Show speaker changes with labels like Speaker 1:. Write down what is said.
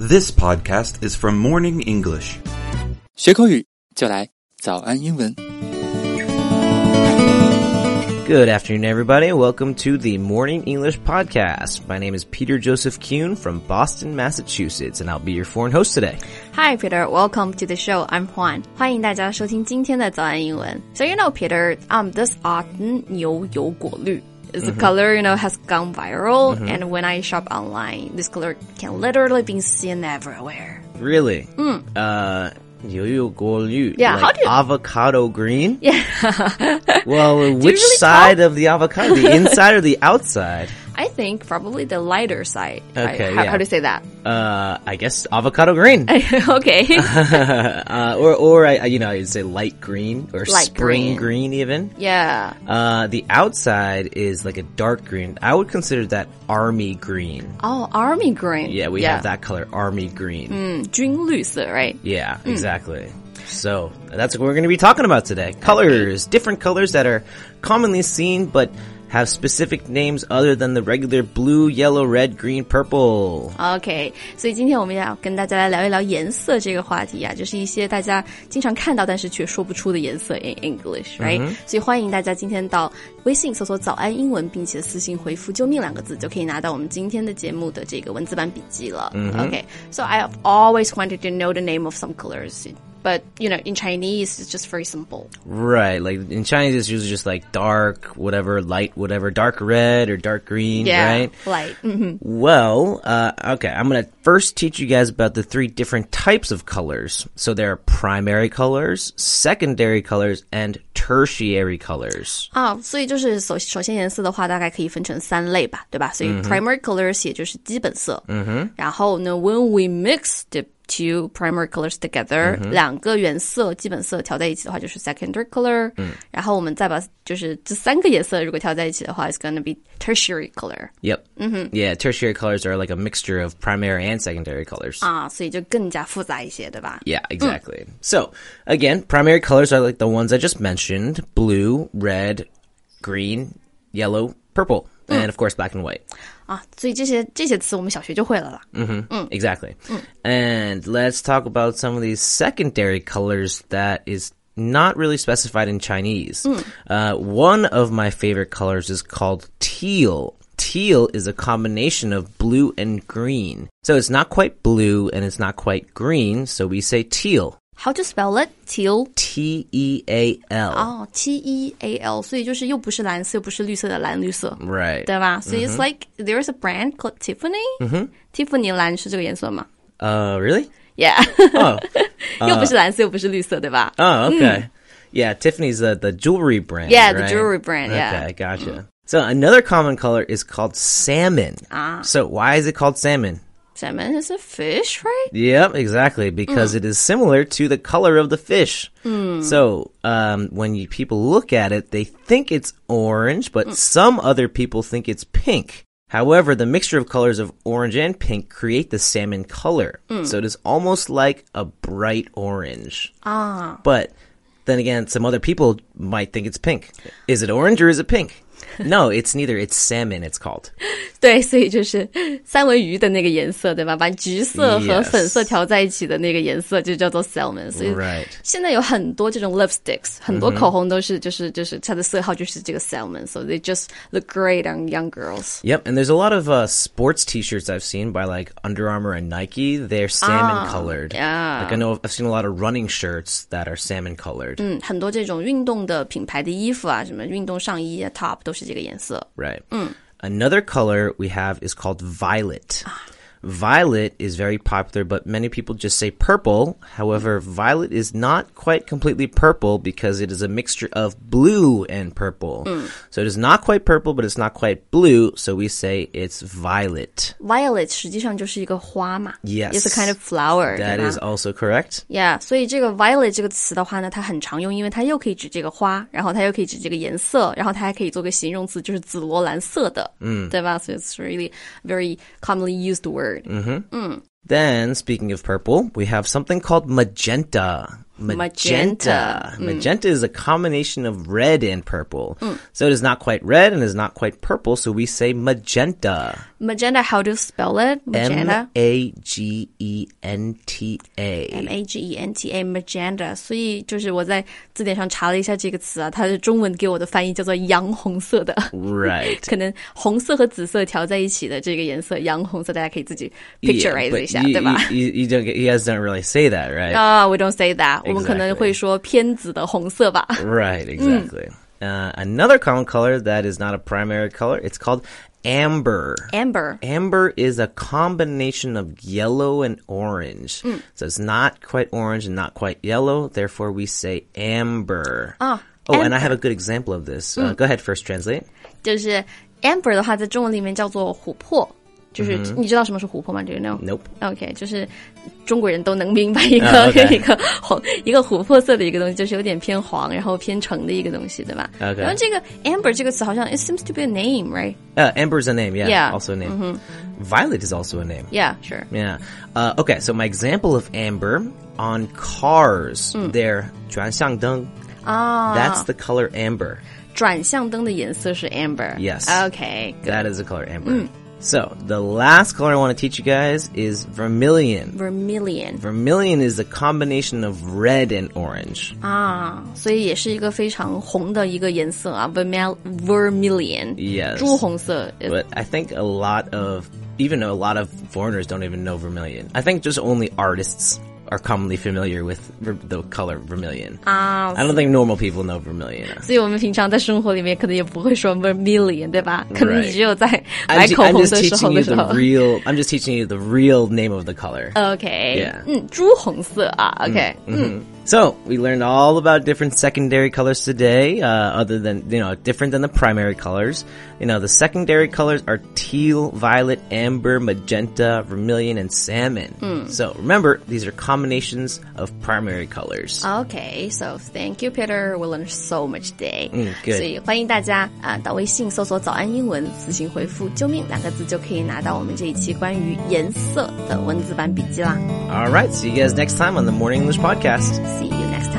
Speaker 1: This podcast is from Morning English.
Speaker 2: 学口语就来早安英文。
Speaker 3: Good afternoon, everybody. Welcome to the Morning English Podcast. My name is Peter Joseph Kuhn from Boston, Massachusetts, and I'll be your foreign host today.
Speaker 4: Hi, Peter. Welcome to the show. I'm Juan. 欢迎大家收听今天的早安英文。So you know, Peter, um, this autumn 牛油果绿 is the
Speaker 3: Mm-hmm.
Speaker 4: color you know has gone viral, and when I shop online, this color can literally be seen everywhere.
Speaker 3: Really? Uh, you
Speaker 4: Hmm. Yeah, how do you-
Speaker 3: avocado green?
Speaker 4: Yeah.
Speaker 3: Well, which
Speaker 4: really
Speaker 3: side of the avocado? The inside or the outside?
Speaker 4: I think probably the lighter side.
Speaker 3: Okay,
Speaker 4: I, how,
Speaker 3: yeah.
Speaker 4: how do you say that?
Speaker 3: Uh, I guess avocado green.
Speaker 4: okay.
Speaker 3: uh, or, or I, I- you know, I'd say light green or
Speaker 4: Light
Speaker 3: spring
Speaker 4: green.
Speaker 3: green even.
Speaker 4: yeah.
Speaker 3: Uh, the outside is like a dark green. I would consider that army green.
Speaker 4: Oh, army green.
Speaker 3: Yeah, we
Speaker 4: yeah. Mm.
Speaker 3: have that color, army green.
Speaker 4: 军绿色, right?
Speaker 3: Yeah, exactly. So that's what we're going to be talking about today. Colors, different colors that are commonly seen but have specific names other than the regular blue, yellow, red, green, purple.
Speaker 4: OK，所以今天我们要跟大家来聊一聊颜色这个话题啊，就是一些大家经常看到但是却说不出的颜色 in English，right？、所以欢迎大家今天到微信搜索“早安英文”，并且私信回复“救命”两个字，就可以拿到我们今天的节目的这个文字版笔记了。OK，so、I've always wanted to know the name of some colors. But you know, in Chinese, it's just very simple.
Speaker 3: Right, like in Chinese, it's usually just like dark, whatever, light, whatever, dark red or dark green,
Speaker 4: Yeah,
Speaker 3: right?
Speaker 4: like mhm.
Speaker 3: Well, uh, okay, I'm going to first teach you guys about the three different types of colors. So there are primary colors, secondary colors, and tertiary colors.
Speaker 4: 啊，所以就是首首先颜色的话，大概可以分成三类吧，对吧？所以 primary colors 也就是基本色，嗯哼。然后呢，when we mix the two primary colors together，、两个原色基本色调在一起的话，就是 secondary color。嗯。然后我们再把就是这三个颜色如果调在一起的话，it's gonna be tertiary color。
Speaker 3: Yep. Mm-hmm. Yeah, tertiary colors are like a mixture of primary and secondary colors.
Speaker 4: 啊，所以就更加复杂一些，对吧？
Speaker 3: Yeah, exactly. So, again, primary colors are like the ones I just mentioned blue, red, green, yellow, purple, and of course, black and white.
Speaker 4: 啊，所以这些这些词我们小学就会了啦。
Speaker 3: Exactly. And let's talk about some of these secondary colors that is not really specified in Chinese. Uh, one of my favorite colors is called teal. Teal is a combination of blue and green. So it's not quite blue and it's not quite green, so we say teal.
Speaker 4: How to spell it? Teal.
Speaker 3: T E A L.
Speaker 4: 哦，T E A L，所以就是又不是蓝色，又不是绿色的蓝绿色。
Speaker 3: Right.
Speaker 4: 对吧？所以 it's like there's a brand called Tiffany。Tiffany 蓝是这个颜色吗
Speaker 3: Uh, really?
Speaker 4: ？Yeah，
Speaker 3: Oh.
Speaker 4: 又不是蓝色，又不是绿色，对吧
Speaker 3: Oh, okay. Yeah, Tiffany's uh, the, the jewelry brand.
Speaker 4: Hmm. Yeah, the
Speaker 3: right?
Speaker 4: jewelry brand, yeah.
Speaker 3: Okay, gotcha. So another common color is called salmon. Ah. So why is it called salmon?
Speaker 4: ？Salmon is a fish, right?
Speaker 3: Yep, exactly, because
Speaker 4: Hmm.
Speaker 3: it is similar to the color of the fish. So um, when you, people look at it, they think it's orange, but
Speaker 4: Hmm.
Speaker 3: some other people think it's pink. However, the mixture of colors of orange and pink create the salmon color.
Speaker 4: Hmm.
Speaker 3: So it is almost like a bright orange.
Speaker 4: Ah,
Speaker 3: But then again, some other people might think it's pink. Is it orange or is it pink? No, it's neither. It's salmon, it's called.
Speaker 4: 对，所以就是三文鱼的那个颜色，对吧？把橘色和
Speaker 3: Yes
Speaker 4: 粉色调在一起的那个颜色就叫做 salmon。所以
Speaker 3: Right
Speaker 4: 现在有很多这种 lipsticks，很多口红都是就是就是它的色号就是这个 salmon，so they just look great on young girls。
Speaker 3: Yep, and there's a lot of uh, sports t shirts I've seen by like Under Armour and Nike. They're salmon colored.
Speaker 4: yeah.
Speaker 3: Like I know I've seen a lot of running shirts that are salmon colored.
Speaker 4: 嗯，很多这种运动的品牌的衣服啊，什么运动上衣啊，top 都是这个颜色。
Speaker 3: Right. Another color we have is called violet. Violet is very popular, but many people just say purple. However, violet is not quite completely purple because it is a mixture of blue and purple. So it is not quite purple, but it's not quite blue. So we say it's violet.
Speaker 4: Violet 实际上就是一个花嘛
Speaker 3: Yes.
Speaker 4: it's a kind of flower，
Speaker 3: That
Speaker 4: 对
Speaker 3: is
Speaker 4: 吧
Speaker 3: also correct.
Speaker 4: Yeah，所以这个 violet 这个词的话呢，它很常用，因为它又可以指这个花，然后它又可以指这个颜色，然后它还可以做个形容词，就是紫罗兰色的，嗯，对吧？所以 it's really very commonly used word。
Speaker 3: 嗯 Then, speaking of purple, we have something called magenta.
Speaker 4: Mm.
Speaker 3: magenta. Magenta, is a combination of red and purple. So it is not quite red and is not quite purple, so we say magenta.
Speaker 4: Magenta, how do you spell it? Magenta.
Speaker 3: M A G E N T A.
Speaker 4: M A G E N T A magenta，所以就是我在字典上查了一下这个词啊，它的中文给我的翻译叫做洋红色的，
Speaker 3: Right.
Speaker 4: 可能红色和紫色调在一起的这个颜色，洋红色，大家可以自己
Speaker 3: Yeah,
Speaker 4: pictureize
Speaker 3: but
Speaker 4: 一下
Speaker 3: you,
Speaker 4: 对吧？
Speaker 3: you- you- you don't get, you guys don't really say that, right?
Speaker 4: 啊、w e don't say that，、我们可能
Speaker 3: Exactly.
Speaker 4: 会说偏紫的红色吧。
Speaker 3: Right,
Speaker 4: mm.
Speaker 3: exactly. Uh, another common color that is not a primary color, it's called amber.
Speaker 4: Amber，
Speaker 3: Amber is a combination of yellow and orange. So it's not quite orange and not quite yellow, therefore we say amber.
Speaker 4: Ah,
Speaker 3: oh, and I have a good example of this. Uh, go ahead, first translate.
Speaker 4: 就是 amber 的话，在中文里面叫做琥珀。就是、
Speaker 3: 嗯
Speaker 4: 你知道什么是琥珀吗？Do you know？
Speaker 3: Nope.
Speaker 4: OK，就是中国人都能明白一个、
Speaker 3: 啊，OK
Speaker 4: 一个黄一个琥珀色的一个东西，就是有点偏黄，然后偏橙的一个东西，对吧
Speaker 3: OK
Speaker 4: 然后这个 amber 这个词好像 it seems to be a name，right？Yeah，sure
Speaker 3: Uh, amber's a name, yeah.
Speaker 4: Yeah.
Speaker 3: Also a name. Violet is also a name. Yeah. Uh, okay, so my example of amber on cars, they're 转向灯.
Speaker 4: 啊
Speaker 3: That's the color amber.
Speaker 4: 转向灯的颜色是 amber。
Speaker 3: Yes
Speaker 4: OK，
Speaker 3: That is the color amber. So the last color I want to teach you guys is vermilion.
Speaker 4: vermilion
Speaker 3: Vermilion is a combination of red and orange.
Speaker 4: 啊，所以也是一个非常红的一个颜色啊，vermil vermilion，
Speaker 3: Yes
Speaker 4: 朱红色。
Speaker 3: But I think a lot of even a lot of foreigners don't even know vermilion. I think just only artists are commonly familiar with ver- the color vermilion. Ah, I don't think normal people know vermilion.
Speaker 4: 啊所以我们平常在生活里面可能也不会说 vermilion，对吧？可能
Speaker 3: Right
Speaker 4: 你只有在买
Speaker 3: I'm, ju-
Speaker 4: 口
Speaker 3: I'm
Speaker 4: 红
Speaker 3: just
Speaker 4: 的时候
Speaker 3: teaching you
Speaker 4: 的时
Speaker 3: the
Speaker 4: 候。
Speaker 3: real. I'm just teaching you the real name of the color.
Speaker 4: OK，
Speaker 3: Yeah
Speaker 4: 嗯，朱红色啊，OK，嗯
Speaker 3: Mm-hmm. So we learned all about different secondary colors today, uh, other than you know different than the primary colors. You know the secondary colors are teal, violet, amber, magenta, vermilion, and salmon. So remember these are combinations of primary colors.
Speaker 4: Um. ，OK，so thank you Peter，we learned so much today。
Speaker 3: 嗯，good
Speaker 4: 所以欢迎大家啊到微信搜索“早安英文”，私信回复“救命”两个字就可以拿到我们这一期关于颜色的文字版笔记啦。
Speaker 3: All right, see you guys next time on the Morning English Podcast.
Speaker 4: See you next time.